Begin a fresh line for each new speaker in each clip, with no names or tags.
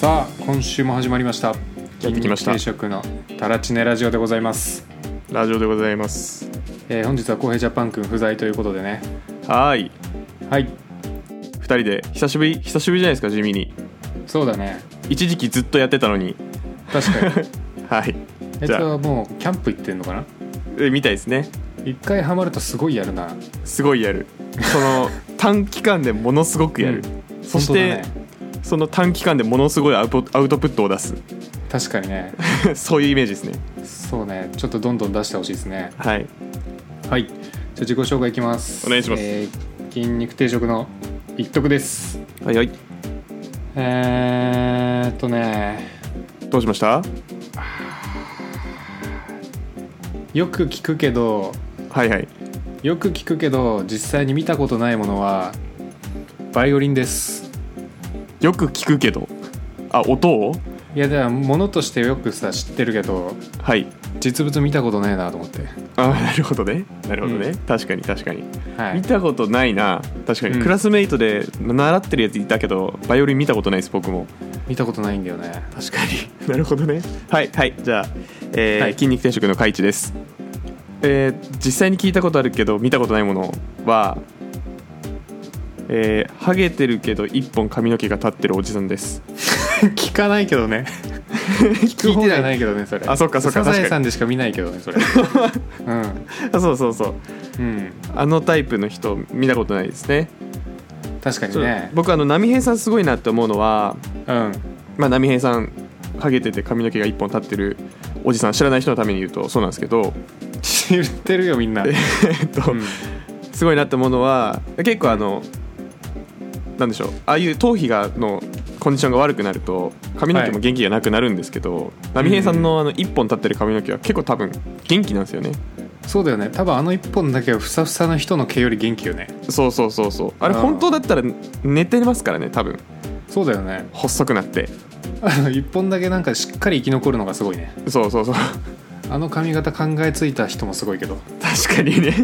さあ今週も始まりました
やってきました
定食のタラチネラジオでございます、
ラジオでございます
えー本日は浩平ジャパン君不在ということでね
はーい
はい
2人で久しぶり久しぶりじゃないですか地味に
そうだね
一時期ずっとやってたのに
確か に
はい
えっ
じゃあ
ともうキャンプ行ってんのかな
えみたいですね
一回ハマるとすごいやるな
すごいやるその 短期間でものすごくやる、そして、
本当だね
その短期間でものすごいアウトアウトプットを出す
確かにね
そういうイメージですね
そうねちょっとどんどん出してほしいですね
はい
はいじゃあ自己紹介いきます
お願いします
えー筋肉定食の一徳です
はいはい
えーっとね
どうしました
よく聞くけど
はいはい
よく聞くけど実際に見たことないものはバイオリンです
よく聞くけどあ音を
いやだからものとしてよくさ知ってるけど
はい
実物見たことないなと思って
あなるほどねなるほどね、
うん
確かに確かに
は
見
い
たことないな確かに、
うん
クラスメイトで習ってるやついたけどバイオリン見たことないです僕も
見たことないんだよね
確かに なるほどねはいはいじゃあ、えー
はい
筋肉定食のカイチですえー実際に聞いたことあるけど見たことないものはえー、ハゲてるけど一本髪の毛が立ってるおじさんです
聞かないけどね 聞く方じゃないけどねそれ
あそっかそっか
サザエさんでしか見ないけどね それうん
あ そうそうそ
う
う
ん
あのタイプの人見たことないですね
確かに
そう
ね
僕あの波平さんすごいなって思うのは
うん
まあ、波平さんハゲてて髪の毛が一本立ってるおじさん知らない人のために言うとそうなんですけど、
知ってるよみんな、う
えっと
ん、
すごいなってものは結構あのなんでしょうああいう頭皮がのコンディションが悪くなると髪の毛も元気がなくなるんですけど、波平さんのあの一本立ってる髪の毛は結構多分元気なんですよね
そうだよね多分あの一本だけはふさふさの人の毛より元気よね
そうそうそうそうあれ
あー
本当だったら寝てますからね多分
そうだよね
細くなって
あの一本だけなんかしっかり生き残るのがすごいね
そうそうそう
あの髪型考えついた人もすごいけど
確かにね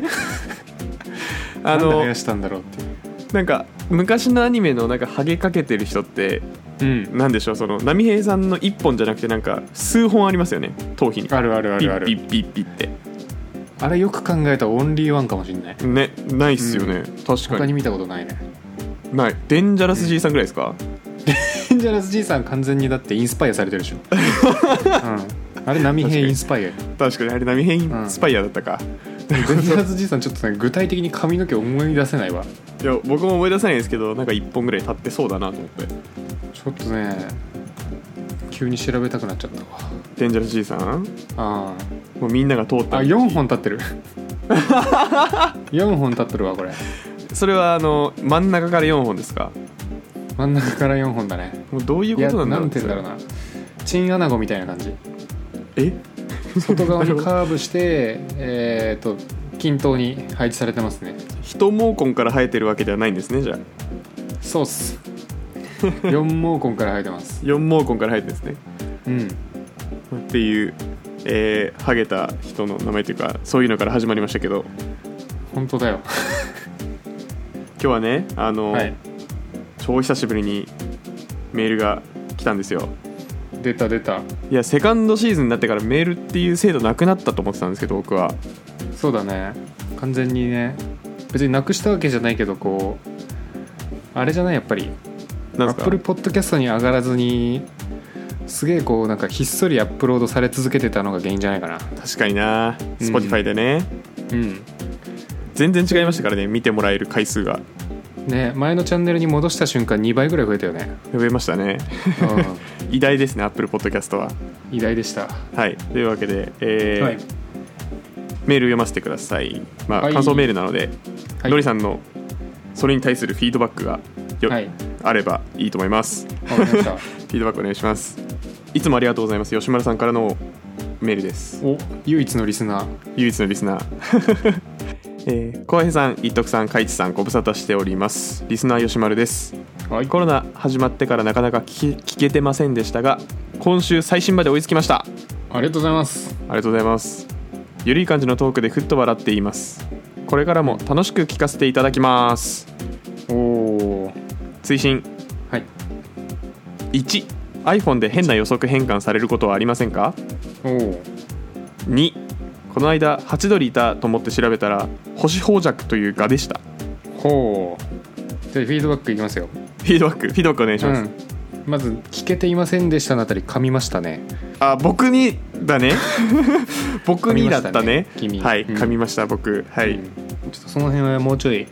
な
あ
んで生
の
やしたんだろうっていう
なんか昔のアニメのなんかハゲかけてる人って
うん
なんでしょうその波平さんの1本じゃなくてなんか数本ありますよね頭皮に
あるあるあ
ピ
るあ
ッピ
る
ッピッピッって
あれよく考えたらオンリーワンかもしんない
ねないっすよね、確か
他に
に
見たことないね
ないデンジャラスじいさんぐらいですか、
デンジャラスじいさん完全にだってインスパイアされてるでしょ、うん、あれ波平インスパイア
確かにあれ波
う
平
ん
スパイアだったか、
デンジャラスじいさんちょっとね具体的に髪の毛思い出せないわ
いや僕も思い出せないですけどなんか1本ぐらい立ってそうだなと思って
ちょっとね急に調べたくなっちゃったわ
デンジャラスじいさん
あ
もうみんなが通っ
あ
た
あ4本立ってる4本立ってるわこれ
それはあの真ん中から4本ですか
真ん中から4本だね
もうどういう
い
こ
や
となん
な
だろうん
て言うんだろうなチンアナゴみたいな感じ
え
外側
な
に
るほど
カーブ してえー、と均等に配置されてますね
人毛根から生えてるわけではないんですねじゃあ
そうっす4毛根から生えてます
4毛根から生えてるんですね
うん
っていう、えーハゲた人の名前というかそういうのから始まりましたけど
本当だよ
今日はねあの、
はい
超久しぶりにメールが来たんですよ
出た出た
いやセカンドシーズンになってからメールっていう制度なくなったと思ってたんですけど僕は
そうだね完全にね別になくしたわけじゃないけどこうあれじゃないやっぱりア
なん
ッ
で
プ
すか
ルポッドキャストに上がらずにすげえこうなんかひっそりアップロードされ続けてたのが原因じゃないかな
確かにな
うん
Spotify でね、
うん
全然違いましたからね見てもらえる回数が
ね前のチャンネルに戻した瞬間2倍ぐらい増えたよね
増えましたね
う
偉大ですね Apple Podcast は
ん偉大でした、
はいというわけで、えー
はい
メール読ませてくださいまあ、
はい
感想メールなので
はい
のりさんのそれに対するフィードバックがよ、
はい
あればいいと思いますフ
わかりました
ィードバックお願いしますいつもありがとうございます吉村さんからのメールです
お唯一のリスナー
唯一のリスナー えー浩平、さん一徳さん海地さんご無沙汰しておりますリスナー吉丸です
はい
コロナ始まってからなかなか聞け聞けてませんでしたが今週最新まで追いつきました
ありがとうございます
ありがとうございますゆるい感じのトークでふっと笑っていますこれからも楽しく聞かせていただきます
おお
追伸
はい
1 iPhone で変な予測変換されることはありませんか
おお
2この間ハチドリいたと思って調べたら星宝弱という蛾でした
ほうじゃあフィードバックいきますよ
フィードバックフィードバックお願いします、
うんまず「聞けていませんでした」のあたり噛みましたね
あ僕に だね僕にだったね
噛みましたね君
はい
うん
噛みました、僕はい、
うんちょっとその辺はもうちょい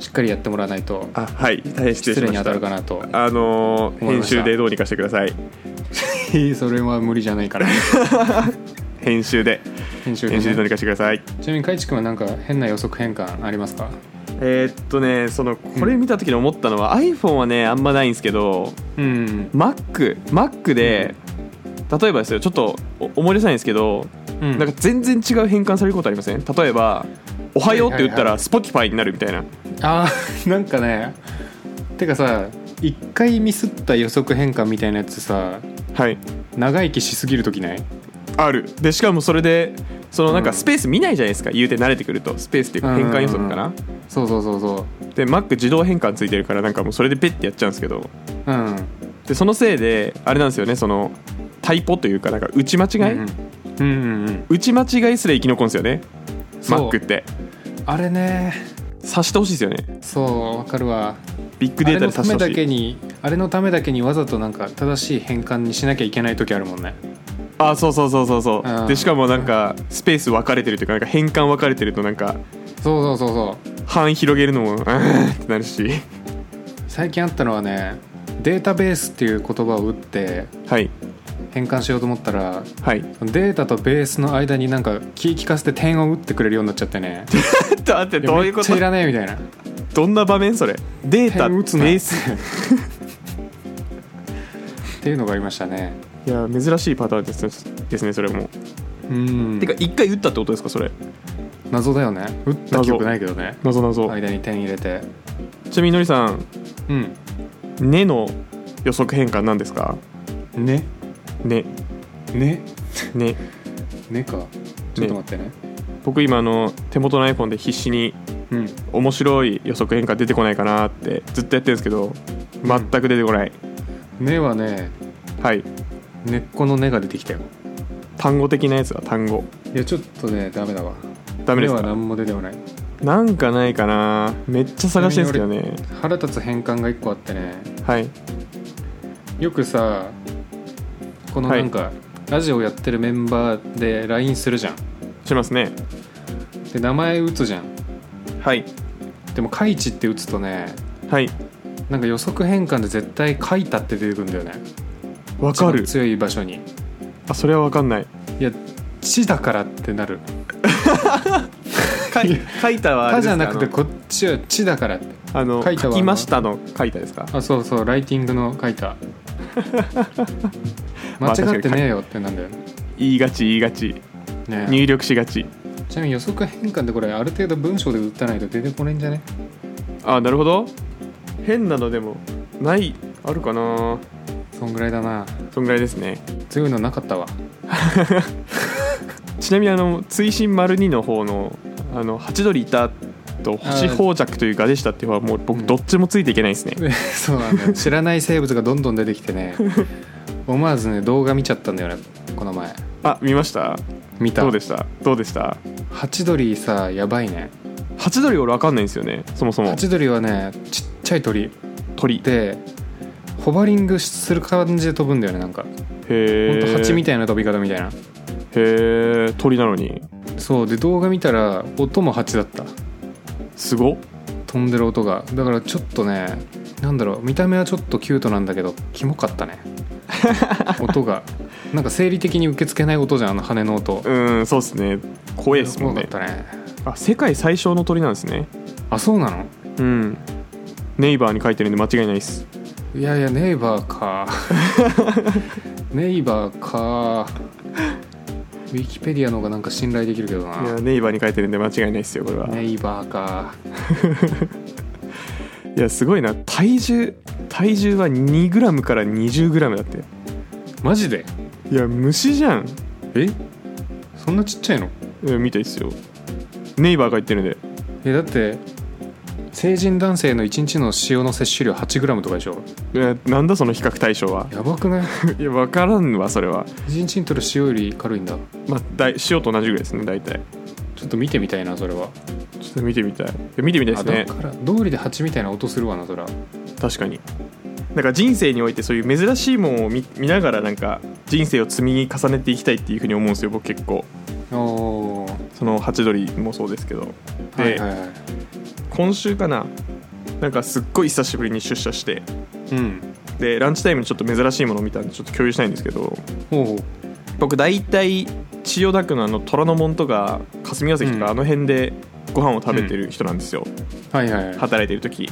しっかりやってもらわないと
あはい大変失
失
礼し
礼
ま
に
し
当
た
たるかな と
あのー
思い
編
ました
集でどうにかしてください
それは無理じゃないから
編集で
編集でね
編集でどうにかしてください
ちなみにかいちくんはなんか変な予測変換ありますか
えーっとねそのこれ見た時に思ったのは、iPhone はねあんまないんですけど
うん
MacMac で、例えばですよちょっとお思い出せないんですけど、
うん
なんか全然違う変換されることありません例えば「おはよう」って言った
はいはいは
ら Spotify になるみたいな、
あー なんかねてかさ一回ミスった予測変換みたいなやつさ
はい
長生きしすぎる時ない
あるでしかもそれでそのなん
う
か
ん
スペース見ないじゃないですか、言うて慣れてくるとスペースっていうか変換予測かな、
そうそうそうそ
で Mac 自動変換ついてるからなんかもうそれでペッてやっちゃうんですけど
ううん
でそのせいであれなんですよねそのタイポというかなんか打ち間違い、
うんうんうんうん
打ち間違いすら生き残るんですよね
そう
Mac って
あれね
察してほしいですよね
そうわかるわ
ビッグ
あ
デ
れ
ータ
の
で
ため
察してほし
だ
い
けにあれのためだけにわざとなんか正しい変換にしなきゃいけない時あるもんね
あそうそうそうそうそう、
うん
でしかもなんかスペース分かれてるというかなんか変換分かれてるとなんか
そうそうそうそう
範囲広げるのもうん ってなるし
最近あったのはねデータベースっていう言葉を打って
はい
変換しようと思ったら
はい
データとベースの間になんか気利かせて点を打ってくれるようになっちゃってね
だって どういうこ
やめっちゃ
と
いらねえみたいな
どんな場面それデータ
点打つな
ベース
っていうのがありましたね
いや珍しいパターンですねですねそれも、
うん
てか一回打ったってことですかそれ
謎だよね打った記憶ないけどね
なぞなぞ、
間に点入れて
ちなみにのりさん
うん
「ね」の予測変換なんですか
ね
ね
ね
ね
ねかちょっと待ってね
僕今あの手元の iPhone で必死に
うん
面白い予測変換出てこないかなってずっとやってるんですけど全く出てこない、
ねはね
はい
根っこの根が出てきたよ
単語的なやつは単語
いやちょっとねダメだわ
ダメです
根は
か
何も出てこない
なんかないかなめっちゃ探してるんですけどね
腹立つ変換が1個あってね
はい
よくさこのなんか、ラジオやってるメンバーで LINE するじゃん
しますね
で名前打つじゃん
はい
でも「カイチ」って打つとね
はい
なんか予測変換で絶対「書いた」って出てくるんだよね
わかる
一番強い場所に
あそれはわかんない
いや「ち」だからってなる
かい書い
「
たは
か」じゃなくて
こ
こっちは「ち」だからって
あの
書いた
書
は
きましたの書いたですか
あそうそうライティングの「書い た」
まあ
間違ってねえよってなんだよね
言いがち言いがち
ね
入力しがち
ちなみに予測変換でこれある程度文章で打たないと出てこないんじゃね
あなるほど変なのでもないあるかな
そんぐらいだな
そんぐらいですね
強いのなかったわ
ちなみにあの追伸丸二の方のあのハチドリいたと星宝弱という画でしたっていうのはもう僕どっちもついていけないですね、
で そうなんだよ知らない生物がどんどん出てきて ね思わずね動画見ちゃったんだよねこの前
あ見ました
見た
どうでしたどうでした
ハチドリさやばいね
ハチドリ俺わかんないんですよねそもそ
ハ
も
チドリはねちっちゃい鳥
鳥へ
でホバリングする感じで飛ぶんだよねなんかほんと
え
蜂みたいな飛び方みたいな
へえ鳥なのに
そうで動画見たら音も蜂だった
すごっ
飛んでる音がだからちょっとねなんだろう見た目はちょっとキュートなんだけどキモかった ね音がなんか生理的に受け付けない音じゃんあの羽の音
うーんそうですね怖いですもんね
怖かったね
あ世界最小の鳥なんですね
あそうなの
うんネイバーに書いてるんで間違いないです
いやいやネイバー かネイバーかウィキペディアの方がなんか信頼できるけど
いや
な
ネイバーに書いてるんで間違いないですよこれは、
ネイバーか
いやすごいな体重体重は 2g から 20g だって
マジで
いや虫じゃん
えそんなちっちゃいの
いや見たいっすよネイバーが言ってるんで
えだって成人男性の1日の塩の摂取量 8g とかでしょ
えーなんだその比較対象は
やばくない
いや分からんわそれは、
1日に取る塩より軽いんだ
まあ、だい塩と同じぐらいですね大体
ちょっと見てみたいなそれは、
ちょっと見てみたいいや見てみたいで
あ
すね
だから通りで蜂みたいな音するわなそら
確かになんか人生においてそういう珍しいものを見見ながらなんか人生を積み重ねていきたいっていうふうに思うんですよ僕結構
おー
そのハチドリもそうですけどで、
はいはいはい
今週かななんかすっごい久しぶりに出社して
うん
でランチタイムにちょっと珍しいものを見たんでちょっと共有したいんですけど
ほうほう
僕大体千代田区のあの虎ノ門とか霞が関と
うん
かあの辺でご飯を食べてる人なんですよ、
はいはいはいう
働いてる時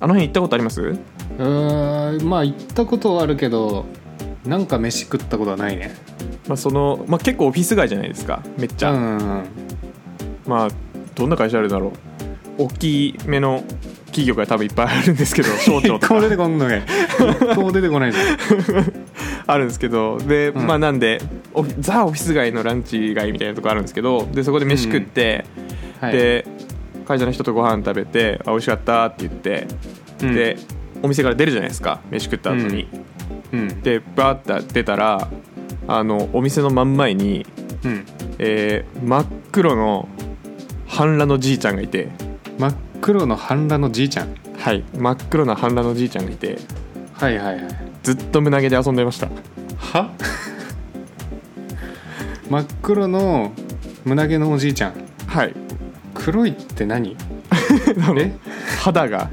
あの辺行ったことあります
ーんまあ行ったことはあるけどなんか飯食ったことはないね
まあ、その、まあ、結構オフィス街じゃないですかめっちゃ、
うんうんうん
まあどんな会社あるだろう大きめの企業が多分いっぱいあるんですけ ど省庁と
一個も出て
か
こんのね一個も出て こないじゃん
あるんですけどで、
うん
まあなんでオフィザ・オフィス街のランチ街みたいなとこあるんですけどでそこで飯食って、
はい、
で会社の人とご飯食べてあ美味しかったって言って、
うん
でお店から出るじゃないですか飯食った後に、
うん
でバーって出たらあのお店の真ん前に
うん
えー真っ黒の半裸のじいちゃんがいて
真っ黒の半裸のじいちゃん
はい真っ黒な半裸のじいちゃんがいて
はいはいはい
ずっと胸毛で遊んでました
は 真っ黒の胸毛のおじいちゃん
はい
黒いって何
あの
え
肌が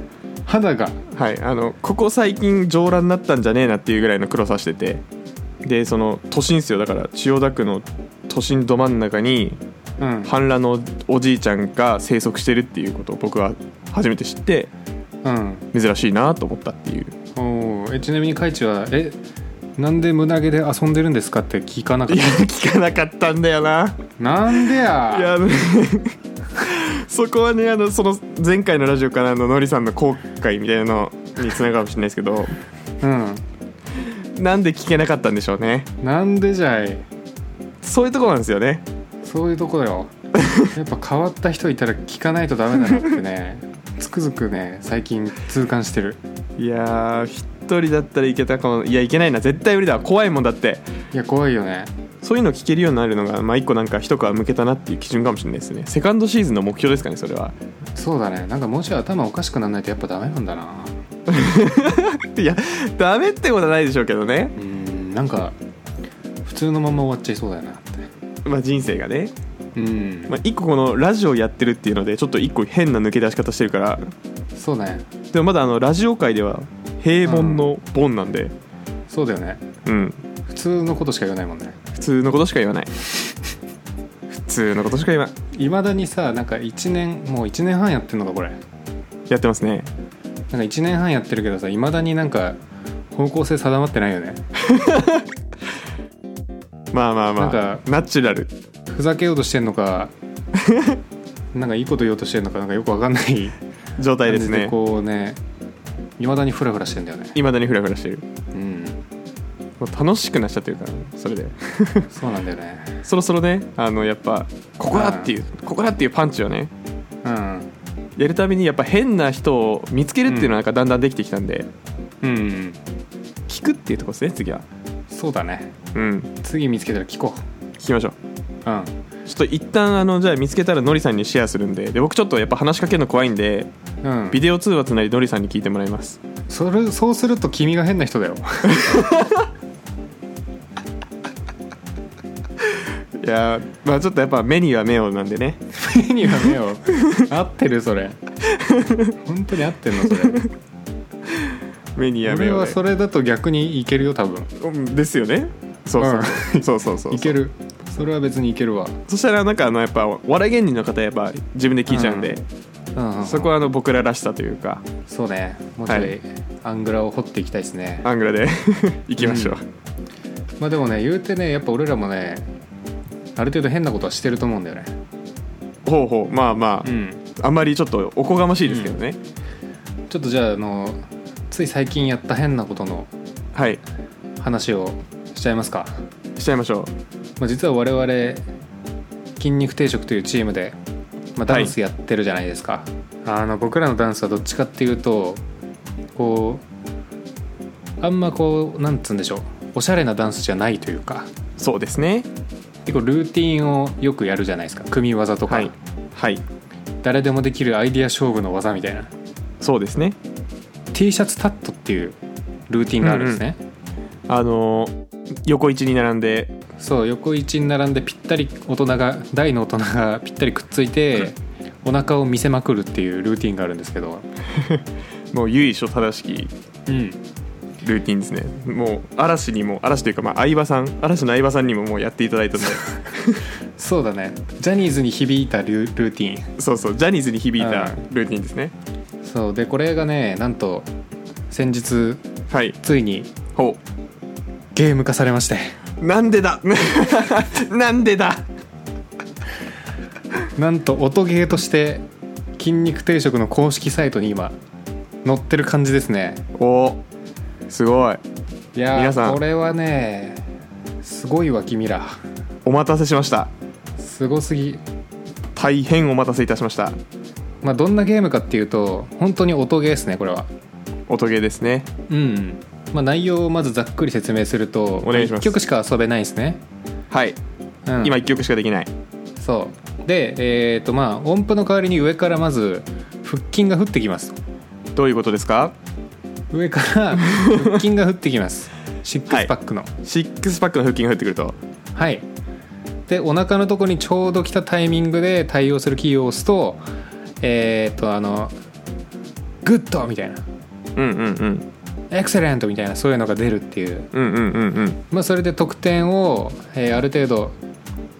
肌が
はいあのここ最近上裸になったんじゃねえなっていうぐらいの黒さしててでその都心ですよだから千代田区の都心ど真ん中に
うん
半裸のおじいちゃんが生息してるっていうことを僕は初めて知って
うん
珍しいなと思ったっていう
おーえちなみにカイチはえなんで胸毛で遊んでるんですかって聞かなかっ
いや聞かなかったんだよな
たなんでや
いやあの そこはねあのその前回のラジオからあののりさんの後悔みたいなのにつながるかもしれないですけど
うん
なんで聞けなかったんでしょうね
なんでじゃい
そういうとこなんですよね
そういうとこだ よやっぱ変わった人いたら聞かないとダメだなって ねつくづくね最近痛感してる
いやー一人だったらいけたかもいやいけないな絶対無理だ怖いもんだって
いや怖いよね
そういうの聞けるようになるのが、まあ、一個なんか一皮向けたなっていう基準かもしれないですねセカンドシーズンの目標ですかねそれは
そうだねなんかもうちょい頭おかしくならないとやっぱダメなんだない
やダメってことはないでしょうけどね
うーんなんか普通のまま終わっちゃいそうだよなって
まあ人生がね、
うん、
まあ、一個このラジオやってるっていうのでちょっと一個変な抜け出し方してるから
そうね
でもまだあのラジオ界では平凡の「凡」なんで、
そうだよね
うん
普通のことしか言わないもんね
普通のことしか言わない 普通のことしか言わない
いまだにさなんか1年もう1年半やってんのかこれなんか
やってますね
1年半やってるけどさいまだになんか方向性定まってないよね
まあまあまあ
なん
ナチュラル
ふざけようとしてんの かなんかいいこと言おうとしてんのかなんかよくわかんない
状態です
感じで
ね
こうねいまだにフラフラしてんだよね
いまだにフラフラしてる
うん
もう楽しくなっちゃってるからそ れで
そうなんだよね
そろそろねあのやっぱここだっていうここだっていうパンチをね
うん
やるためにやっぱ変な人を見つけるっていうのはなんかだんだんできてきたんで、
うんうん
聞くっていうとこですね次は
そうだね
うん
次見つけたら聞こ
聞きましょう
ううん
ちょっと一旦あのじゃあ見つけたらのりさんにシェアするんでで僕ちょっとやっぱ話しかけるの怖いんで
うん
ビデオ通話つなりのりさんに聞いてもらいます
それそうすると君が変な人だよ
いやーまあちょっとやっぱ目には目をなんでね
目には目 を合ってるそれ本当に合ってんのそれ
目には目
俺
を
は
で
それだと逆にいけるよ多分
うんですよねそうそう、 そうそうそう
いけるそれは別にいけるわ
そしたらなんかあのやっぱお笑い芸人の方やっぱ自分で聞いちゃうんで、
うんうん
そこはあの僕ららしさというか
そうねもうちょ
はい
アングラを掘っていきたいですね、
アングラで 行きましょう、
まあでもね言うてねやっぱ俺らもねある程度変なことはしてると思うんだよね
ほうほうまあまあ、
ん
あんまりちょっとおこがましいですけどね、
ちょっとじゃああのつい最近やった変なことの
はい
話をしちゃいますか、
しちゃいましょ
まあ、実は我々筋肉定食というチームで
う
まあ、ダンスやってるじゃないですか、あの僕らのダンスはどっちかっていうとこうあんまこうなんつうんでしょうおしゃれなダンスじゃないというか
そうですね
結構ルーティンをよくやるじゃないですか組み技とか、
はいはい
誰でもできるアイディア勝負の技みたいな
そうですね
T シャツタットっていうルーティンがあるんですね、
あのー横一に並んで
そう横一に並んでぴったり大人が大の大人がぴったりくっついてお腹を見せまくるっていうルーティンがあるんですけど、
もう由緒正しき
うん、
ルーティンですねもう嵐にも嵐というかまあ相葉さん嵐の相葉さんにももうやっていただいたので
そうだねジャニーズに響いたルルーティ
そうそうジャニーズに響いた
うん
ルーティンですね、
ンそうでこれがねなんと先日
はい
ついに
ほ
ゲーム化されまして
うなんでだ なんでだ
なんと音ゲーとして筋肉定食の公式サイトに今載ってる感じですね
おすごい
いやー
皆さん
これはねすごいわ君ら
お待たせしました
すごすぎ
大変お待たせいたしました
まあどんなゲームかっていうと本当に音ゲーですねこれは
音ゲーですね
うんまあ内容をまずざっくり説明すると
願いします
1曲しか遊べないですね、
はい、
うん、
今1曲しかできない
そうでえっ、とまあ音符の代わりに上からまず腹筋が降ってきます
どういうことですか
上から 腹筋が降ってきますシックスパックのはい、
シックスパックの腹筋が降ってくると
でお腹のとこにちょうど来たタイミングで対応するキーを押すとえっ、とあのグッドみたいな
うんうんうん
エクセレントみたいなそういうのが出るっていう、
うんうんうんうん
まあ、それで得点を、えーある程度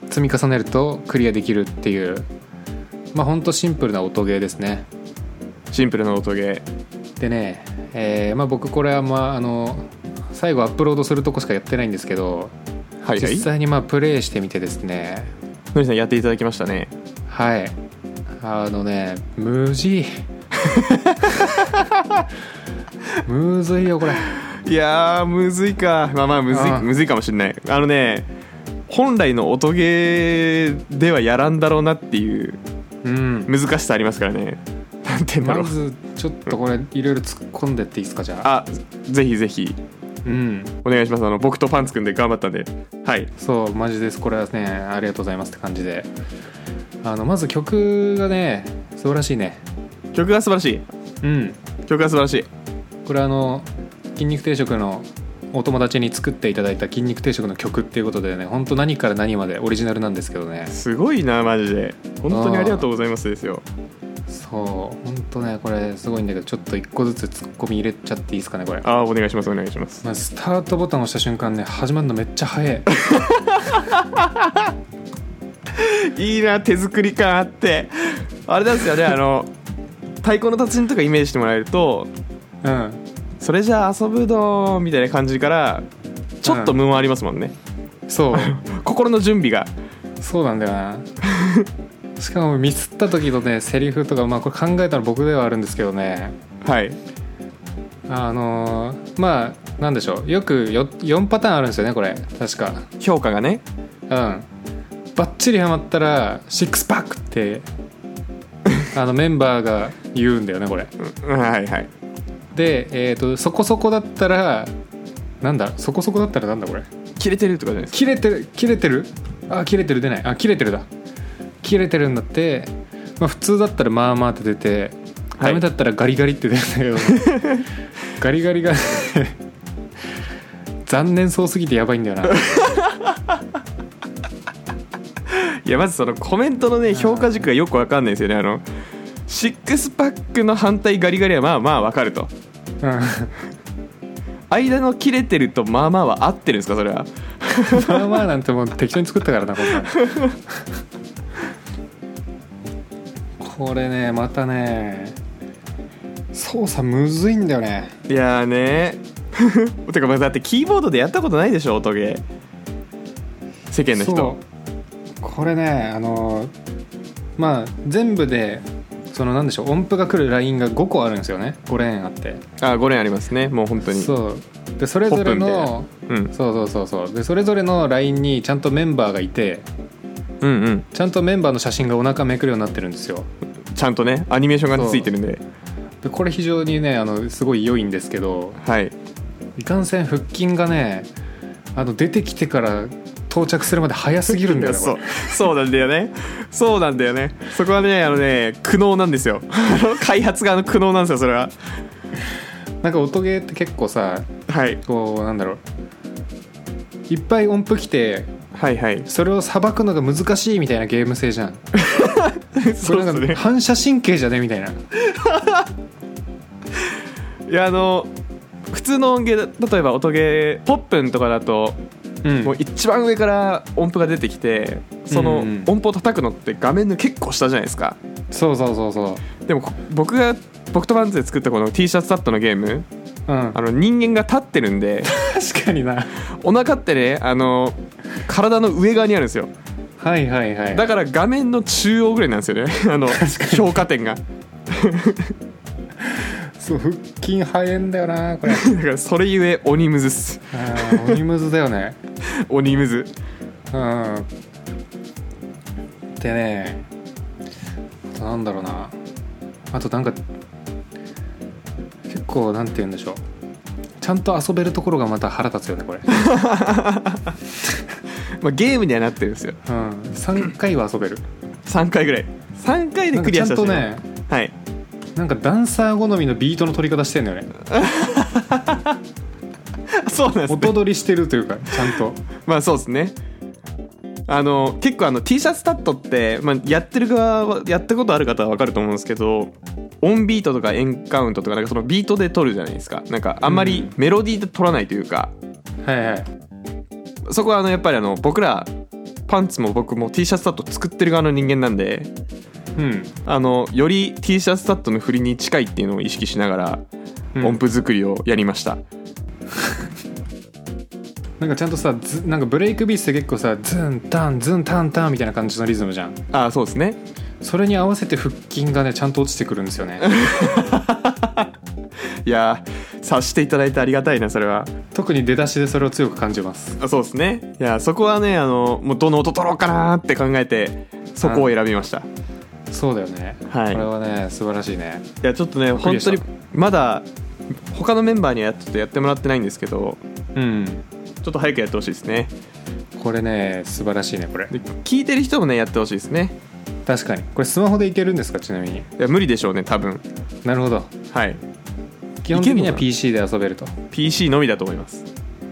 積み重ねるとクリアできるっていうまあほんとシンプルな音ゲーですね
シンプルな音ゲ
でね、えーまあ、僕これはまああの最後アップロードするとこしかやってないんですけど、
ーはいはい
実際にまあプレイしてみてですね
のりさんやっていただきましたね
はいあのね無事 むずいよこれ
いやーむずいかまあまあむずい
あー
むずいかもしれないあのね本来の音ゲーではやらんだろうなっていう
うん
難しさありますからねなんて言うんだろ
ま
う
ずちょっとこれいろいろ突っ込んでっていいですかじゃあ
あぜひぜひ
うん
お願いしますあの僕とパンツくんで頑張ったんではい
そうマジですこれはねありがとうございますって感じであのまず曲がね素晴らしいね
曲が素晴らし
うん
い曲が素晴らしい
これあの筋肉定食のお友達に作っていただいた筋肉定食の曲っていうことでね本当何から何までオリジナルなんですけどね
すごいなマジで本当にありがとうございますですよ
そう本当ねこれすごいんだけどちょっと一個ずつツッコミ入れちゃっていいですかねこれ、
ああお願いしますお願いします
まあ、スタートボタン押した瞬間ね始まるのめっちゃ早い
いいな手作り感あってあれなんですよねあの太鼓の達人とかイメージしてもらえると
うん
それじゃあ遊ぶどーみたいな感じからちょっと無音ありますもんね、
そう
心の準備が
そうなんだよ なしかもミスった時のねセリフとか、まあ、これ考えたの僕ではあるんですけどね
はい
あのーまあなんでしょうよくよ4パターンあるんですよねこれ確か
評価がね
うんバッチリハマったら「シックスパック!」って あのメンバーが言うんだよねこれ
うんはいはい
で、えー、とそこそこだったらなんだそこそこだったらなんだこれ
切れてるとかじゃないですか
切れてる切れてるあ切れてる出ないあ切れてるだ切れてるんだって、まあ、普通だったらまあまあって出て、
はい
ダメだったらガリガリって出るんだけど ガリガリがね 残念そうすぎてやばいんだよない
やまずそのコメントのね評価軸がよくわかんないんですよねあのシックスパックの反対ガリガリはまあまあわかると
うん
間の切れてるとまあまあは合ってるんですかそれは
まあまあなんてもう適当に作ったからなこんなのこれねまたね操作むずいんだよね
いやーね てかまあだってキーボードでやったことないでしょ音ゲー世間の
そ
人
うこれねあのまあ全部でそのなんでしょう音符が来るラインが5個あるんですよね5レーンあって
あ5連ありますねもう本当にう、
そうでそれぞれ
ポッ
の
ん、
そうそうそうそうでそれぞれのラインにちゃんとメンバーがいて
うんうん
ちゃんとメンバーの写真がお腹めくるようになってるんですよ
ちゃんとねアニメーションがついてるんで
でこれ非常にねあのすごい良いんですけど
はい
いかんせん腹筋がねあの出てきてから到着するまで早すぎるんだよね
そ
こ
うそうなんだよねそうなんだよねそこはねあのね苦悩なんですよ あの開発側の苦悩なんですよそれは
れなんか音ゲーって結構さ
はい
こうなんだろういっぱい音符来て
はいはい
それをさばくのが難しいみたいなゲーム性じゃんこ
そう
れ
で
な
す
んか
ね
反射神経じゃねみたいない
やあの普通の音ゲーだ例えば音ゲーポップンとかだと
うん
もう一番上から音符が出てきてその
うんうん
音符を叩くのって画面の結構下じゃないですか
そうそうそうそう
でもこ僕が僕とバンズで作ったこの T シャツタットのゲーム
うん
あの人間が立ってるん で
確かにな
お腹ってねあの体の上側にあるんですよ
はいはいはい
だから画面の中央ぐらいなんですよね あの評価点が
そう腹筋早いんだよな これあ
だからそれゆえ鬼むずっす
ー鬼むずだよね
鬼むず
うんでねあとなんだろうなあとなんか結構なんて言うんでしょうちゃんと遊べるところがまた腹立つよねこ れ、う
まあ、ゲームにはなってるんですよ
ん、3回は遊べる
3回ぐらい3回で
なん
ク
かち
リ
ゃ
アし
ん
たし
とね
はい
なんかダンサー好みのビートの取り方してんだよね
そうなんですね
音取りしてるというかちゃんと
まあそうですねあの結構あの T シャツタットって、まあ、やってる側はやったことある方は分かると思うんですけどオンビートとかエンカウントとかなんかそのビートで撮るじゃないですかなんかあんまりメロディーで撮らないというか、
はいはい
そこはあのやっぱりあの僕らパンツも僕も T シャツタット作ってる側の人間なんで
うん
あのより T シャツタットの振りに近いっていうのを意識しながら
うん
音符作りをやりました、
なんかちゃんとさずなんかブレイクビースって結構さズンタンズンタンタンみたいな感じのリズムじゃん
ああそうですね
それに合わせて腹筋がねちゃんと落ちてくるんですよね
いやー察していただいてありがたいなそれは
特に出だしでそれを強く感じます
あそうですねいやそこはねあのもうどの音取ろうかなーって考えてそこを選びました
そうだよね、
はい
これはね素晴らしいね
いやちょっとね
っく
本
りした
当にまだ他のメンバーにはちょっとやってもらってないんですけど
うん
ちょっと早くやってほしいですね
これね素晴らしいねこれ
で聞いてる人もねやってほしいですね
確かにこれスマホでいけるんですかちなみに
いや無理でしょうね多分
なるほど
はい
基本的に
いけるの
は
かな
PC で遊べると
PC のみだと思います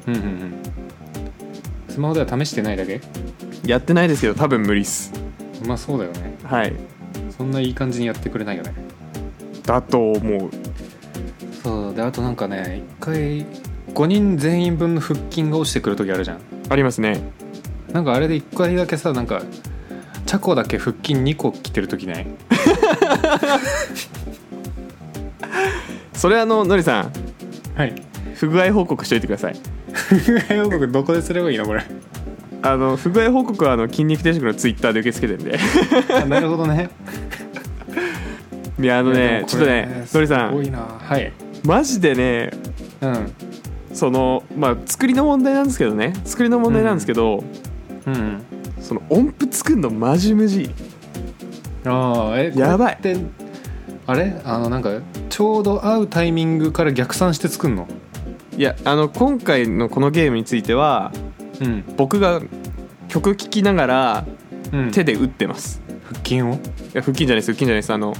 うんうんうんスマホでは試してないだけ
やってないですけど多分無理っす
まあそうだよね
はい
そんないい感じにやってくれないよね
だと思う
そうであとなんかね一回5人全員分の腹筋が落ちてくる時あるじゃん
ありますね
なんかあれで1回だけさなんかチャコだけ腹筋2個きてる時ない
それあののりさん
はい
不具合報告しといてください
王国どこですればいいのこれ
あの不具合報告はあの筋肉定食のツイッターで受け付けてんで
あなるほどね
いやあの
いやで
ね
も
ち
こ
ょっと
れ
ねのりさ
すご
ん
いなはい
マジでね
うん
そのまあ作りの問題なんですけどね作りの問題なんですけど、
うん
その音符作るのマジ無事
ああえ
やばい
これってあれあのなんかちょうど合うタイミングから逆算して作んの
いやあの今回のこのゲームについては
うん、
僕が曲聴きながら
うん、
手
手
で打ってます、
腹筋を
いや腹筋じゃないです腹筋じゃないですあの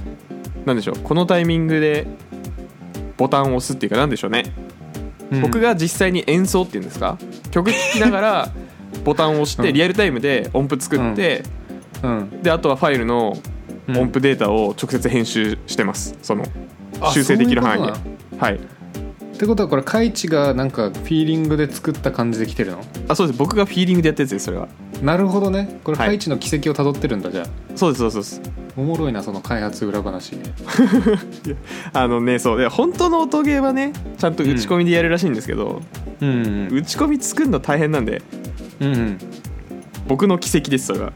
なんでしょうこのタイミングでボタンを押すっていうかなんでしょうね、僕
が
が実際に演奏っていうんですか曲聴きな がらボタンを押して
うん
リアルタイムで音符作って、
うん
であとはファイルの
うん
音符データを直接編集してますその
あ
修正できる範囲で
そういうこ
はい
ってことはこれカイチがなんかフィーリングで作った感じで来てるの
あそうです僕がフィーリングでやったやつですそれは
なるほどねこれ
はい
カイチの軌跡をたどってるんだじゃあ
そうですそうですそうです
おもろいなその開発裏話
あのねそうで本当の音ゲーはねちゃんと打ち込みでやるらしいんですけど、
うんうん
打ち込み作るの大変なんで
うん、
僕の奇跡ですそれは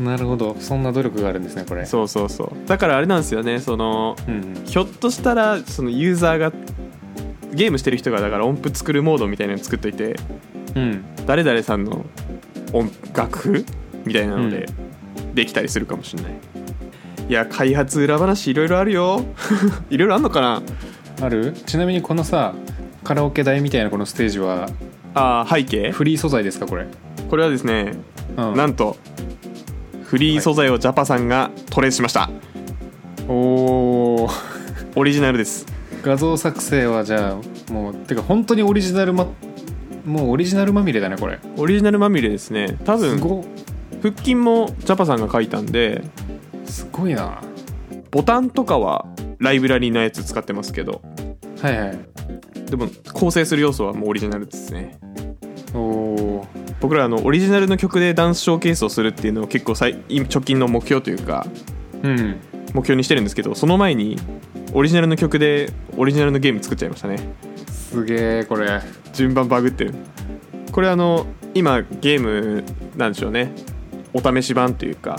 うん、なるほどそんな努力があるんですねこれ
そうそうそうだからあれなんですよねその
うんうん
ひょっとしたらそのユーザーがゲームしてる人がだから音符作るモードみたいなの作っといて
うん
誰々さんの音楽譜みたいなので、できたりするかもしれないいや開発裏話いろいろあるよ いろいろあんのかな
あるちなみにこのさカラオケ台みたいなこのステージは
あー背景
フリー素材ですかこれ、
これはですね、
うん、
なんとフリー素材をジャパさんがトレースしました、
おお
オリジナルです
画像作成はじゃあもうてか本当にオリジナルまもうオリジナルまみれだねこれ
オリジナルまみれですね多
す
分
ご
腹筋もジャパさんが書いたんです
ごいな
ボタンとかはライブラリーのやつ使ってますけど
はいはい
でも構成する要素はもうオリジナルですね
おお
僕らあのオリジナルの曲でダンスショーケースをするっていうのを結構最直近の目標というか
うん
目標にしてるんですけどその前にオリジナルの曲でオリジナルのゲーム作っちゃいましたね
すげえこれ
順番バグってるこれあの今ゲームなんでしょうねお試し版というか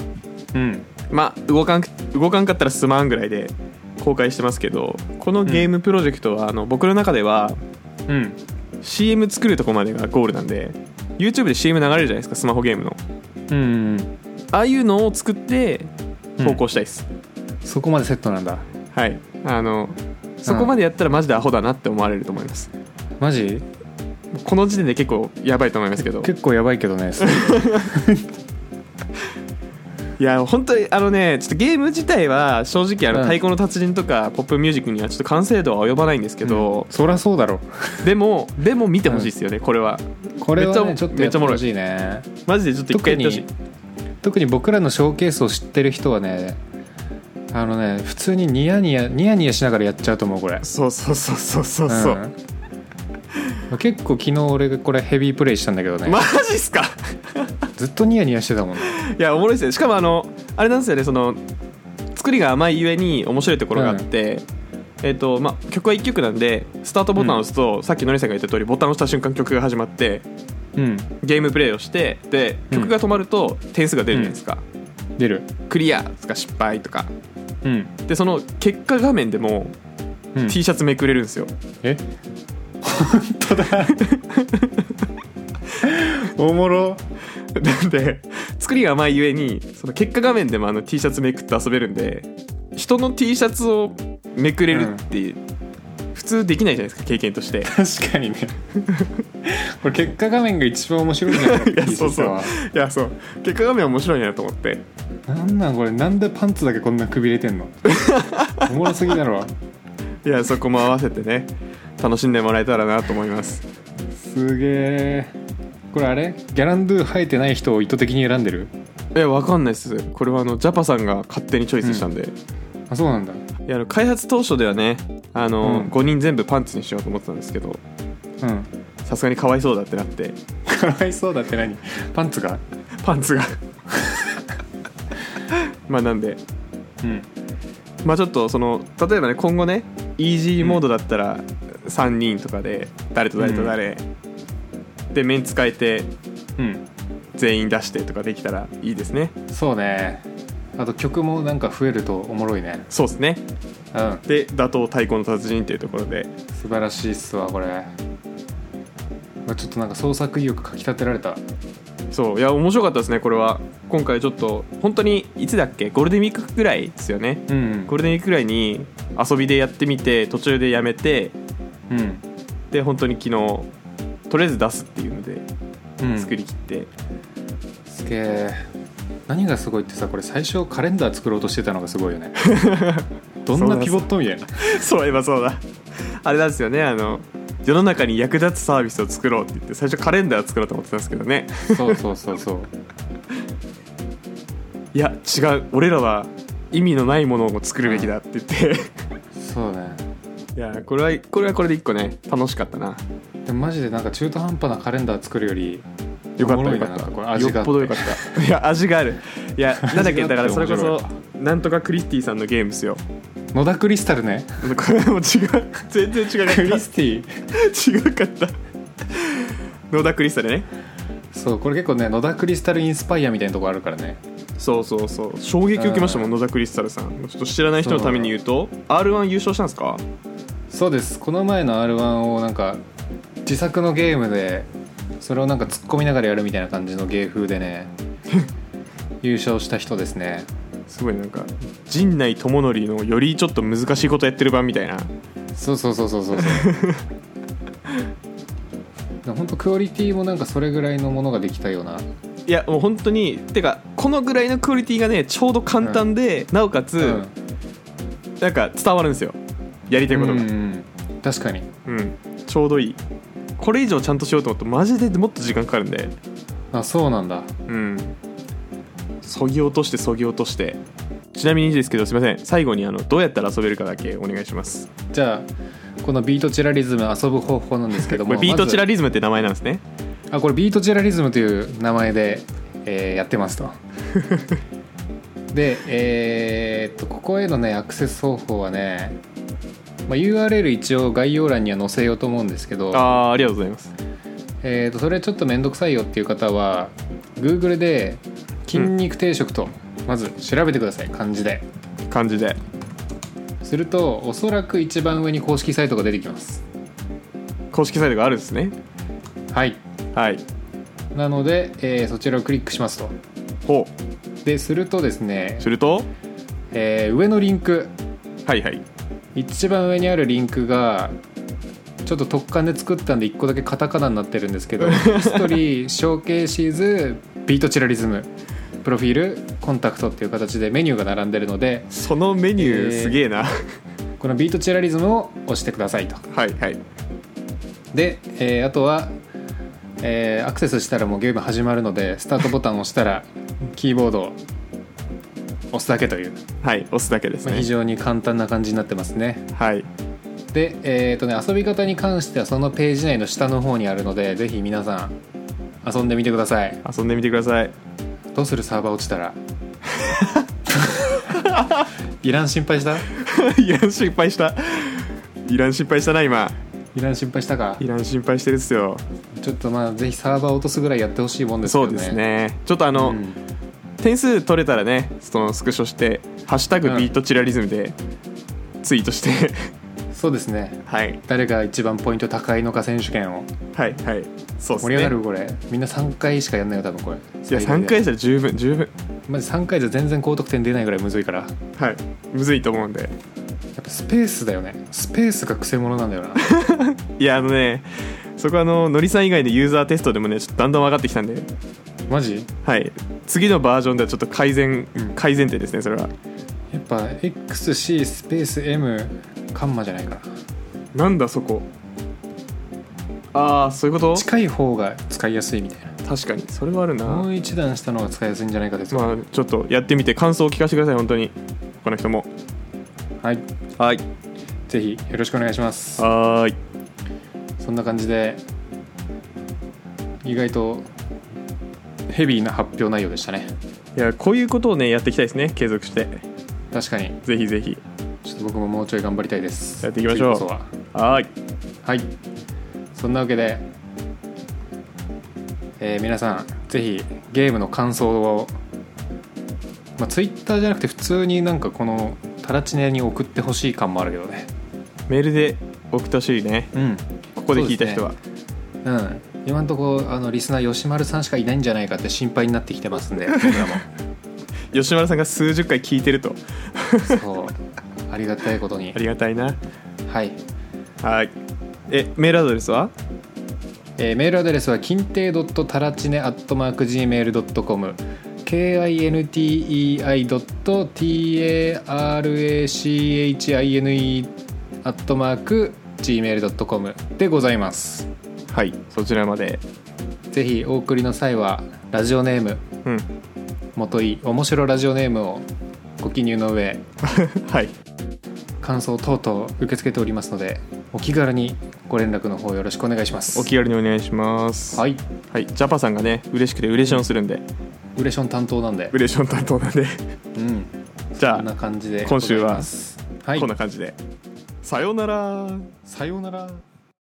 うん
まあ動かん動かんかったらすまんぐらいで公開してますけどこのゲームプロジェクトは、あの僕の中では
うん
CM 作るとこまでがゴールなんで YouTube で CM 流れるじゃないですかスマホゲームの
うん
ああいうのを作って投稿したいです、
そこまでセットなんだ
はいあのそこまでやったらマジでアホだなって思われると思います、
マジ
この時点で結構やばいと思いますけど
結構やばいけどね
いや本当にあのねちょっとゲーム自体は正直あの
うん
太鼓の達人とかポップミュージックにはちょっと完成度は及ばないんですけど、
そりゃそうだろ
でもでも見てほしいですよね、これは
これは
め
ね
っち
ち
ゃ
ょっとやってほしいね
マジでちょっと一回やってほしい
特に僕らのショーケースを知ってる人はねあのね普通にニヤニヤニヤニヤしながらやっちゃうと思うこれ
そうそうそうそうそうそう、
うん結構昨日俺がこれヘビープレイしたんだけどね、
マジっすか
ずっとニヤニヤしてたもんね
いやおもろいですねしかもあのあれなんですよねその作りが甘いゆえに面白いところがあって、えっ、とまあ曲は1曲なんでスタートボタンを押すと、さっきのりさんが言った通りボタンを押した瞬間曲が始まって
うん
ゲームプレイをしてで曲が止まると点数が出るじゃないですか、
出る
クリアとか失敗とか
うん、
でその結果画面でも
うん
T シャツめくれるんですよ、
え本当だおもろ
なんで作りが甘いゆえにその結果画面でもあの T シャツめくって遊べるんで人の T シャツをめくれるっていう、普通できないじゃないですか経験として
確かにねこれ結果画面が一番面白いんじゃない
いやそうそう
実はい
やそう結果画面面白いなと思って
なんなんこれなんでパンツだけこんなくびれてんのおもろすぎだろ
いやそこも合わせてね楽しんでもらえたらなと思います
すげえこれあれギャランドゥ生えてない人を意図的に選んでる
えわかんないですこれはあのジャパさんが勝手にチョイスしたんで、
あそうなんだ
いやあの開発当初ではねあの、
うん
5人全部パンツにしようと思ってたんですけど
うん
さすがにかわいそうだってなって
かわいそうだって何パンツが
パン ツがまあなんで
うん
まあちょっとその例えばね今後ねイージーモードだったら3人とかで誰と誰と誰、でメンツ変えて
うん
全員出してとかできたらいいですね
そうねあと曲もなんか増えるとおもろいね
そうですね
うん
で打倒太鼓の達人っていうところで
素晴らしいっすわこれうわちょっとなんか創作意欲かきたてられた
そういや面白かったですねこれは今回ちょっと本当にいつだっけゴールデンウィークぐらいですよね
うん
ゴールデンウィークぐらいに遊びでやってみて途中でやめて
うん、
で本当に昨日とりあえず出すっていうので
うん、
作り切って、
すげえ何がすごいってさこれ最初カレンダー作ろうとしてたのがすごいよ ねどんなピボットみたいな
そういえばそうだあれなんですよねあの世の中に役立つサービスを作ろうって言って最初カレンダー作ろうと思ってたんですけどね
そうそうそうそう
いや違う俺らは意味のないものを作るべきだって言って、
そうね
いやこれはこれはこれで一個ね楽しかったな
でもマジでなんか中途半端なカレンダー作るより
よかった
おもろ
よ
い
か
な
った
なんかこれ味があ
よ
っ
ってぽどよかったいや味がある いやなんだっ
味が
けだか
あっ
ら
て
それこ
面
そなんとかクリスティさんのゲームですよ
野田クリスタル ね
これも違う全然違う
クリスティ
違うかった野田クリスタルね
そうこれ結構ね野田クリスタルインスパイアみたいなとこあるからね
そうそうそう衝撃受けましたもん野田クリスタルさんちょっと知らない人のために言うと r 1優勝したんですか
そうですこの前の r 1をなんか自 作のゲームでそれをなんか突っ込みながらやるみたいな感じの芸風でね優勝した人ですね
すごいなんか陣内智則のよりちょっと難しいことやってる版みたいな
そうそうそうそう そうそう本当クオリティもなんかそれぐらいのものができたようない
やもう本当にてかこのぐらいのクオリティがねちょうど簡単で、なおかつ、
うん
なんか伝わるんですよやりたいことが
うんうん確かに
うん、ちょうどいいこれ以上ちゃんとしようと思うとマジでもっと時間かかるんで
あそうなんだ
うんそぎ落としてそぎ落としてちなみにですけどすいません最後にあのどうやったら遊べるかだけお願いします
じゃあこのビートチラリズム遊ぶ方法なんですけど
こ
も
れビートチラ
リ
リズムって名前なんですね
あこれビートチラリズムという名前で、えーやって ますとでえーっとここへのねアクセス方法はね、まあ、URL 一応概要欄には載せようと思うんですけど
ああーありがとうございます
えー、とそれちょっと面倒くさいよっていう方は Google で「筋肉定食」とまず調べてください漢字で
感じです
るとおそらく一番上に公式サイトが出てきます
公式サイトがあるんですね
はい
はい
なので、えーそちらをクリックしますと
ほ
でするとですね
う、すると
えー上のリンク
はいはい
一番上にあるリンクがちょっと特感で作ったんで1個だけカタカナになってるんですけど「ヒストリーショーケーシーズビートチラリズム」プロフィールコンタクトっていう形でメニューが並んでるので
そのメニュー
えー
すげえな、
このビートチラリズムを押してくださいと
はいはい
で、えーあとは、えーアクセスしたらもうゲーム始まるのでスタートボタンを押したらキーボードを押すだけという、
はい押すだけです
まあ、
ね
非常に簡単な感じになってますね
はい
で、えーとね、遊び方に関してはそのページ内の下の方にあるのでぜひ皆さん遊んでみてください
遊んでみてください
どうするサーバー落ちたら いらん心配した
イラン心配したイラン心配したな今
いらん心配したか
イラン心配してるっすよ
ちょっとまあぜひサーバー落とすぐらいやってほしいもんですけ
そ
ど
う
ね
ですねちょっとあの、
うん
点数取れたらねそのスクショして「ハッシュタグ
うん
ビートチラリズム」でツイートして
そうですね
はい
誰が一番ポイント高いのか選手権を
はいはいそうです
盛
ね
り上がるこれみんな3回しかやんないよ多分これ
いや3回したら十分十分
まじ3回じゃ全然高得点出ないぐらいむずいからや
はいむずいと思うんで
っぱスペースだよねスペースがくせ者なんだ よな
いやあのねそこはあののりさん以外のユーザーテストでもねちょっとだんだん分かってきたんで
マジ
はい次のバージョンではちょっと改善、
うん
改善点ですねそれは
やっぱ XC スペース M カンマじゃないかな
なんだそこああそういうこと
近い方が使いやすいみたい
確かにそれはあるな
なもう一段下の方が使いやすいんじゃないかです
まあちょっとやってみて感想を聞かせてください本当にこの人も
はい
はい
ぜひよろしくお願いします
はーい
そんな感じで意外とヘビーな発表内容でしたね
いやこういうことをねやっていきたいですね継続して
確かに
ぜひぜひ
ちょっと僕ももうちょい頑張りたいです
やっていきましょう
次こそは
はーい
はいそんなわけで、えー皆さんぜひゲームの感想を、まあ、Twitter じゃなくて普通になんかこのタラチネに送ってほしい感もあるけどね
メールで送ってほしいね
うん
ここで聞いた人は、
うん今んとこあのリスナー吉丸さんしかいないんじゃないかって心配になってきてますんで僕らも
吉村さんが数十回聞いてると
そうありがたいことに
ありがたいな
はい、
はいえメールアドレスは
えーメールアドレスは金亭タラチネ @gmail.com kintei.tarachine アットマーク gmail.com でございます
はいそちらまで
ぜひお送りの際はラジオネーム
うん
元い面白ラジオネームをご記入の上
はい
感想等々受け付けておりますのでお気軽にご連絡の方よろしくお願いします
お気軽にお願いします、
はいい
はい、ジャパさんがね嬉しくて嬉しョンするんで
ウレション担当なんで
嬉しョン担当なんで
うん
じゃ
こんな
あ
感じで
今週は
ございますはい
こんな感じでさようなら
さようなら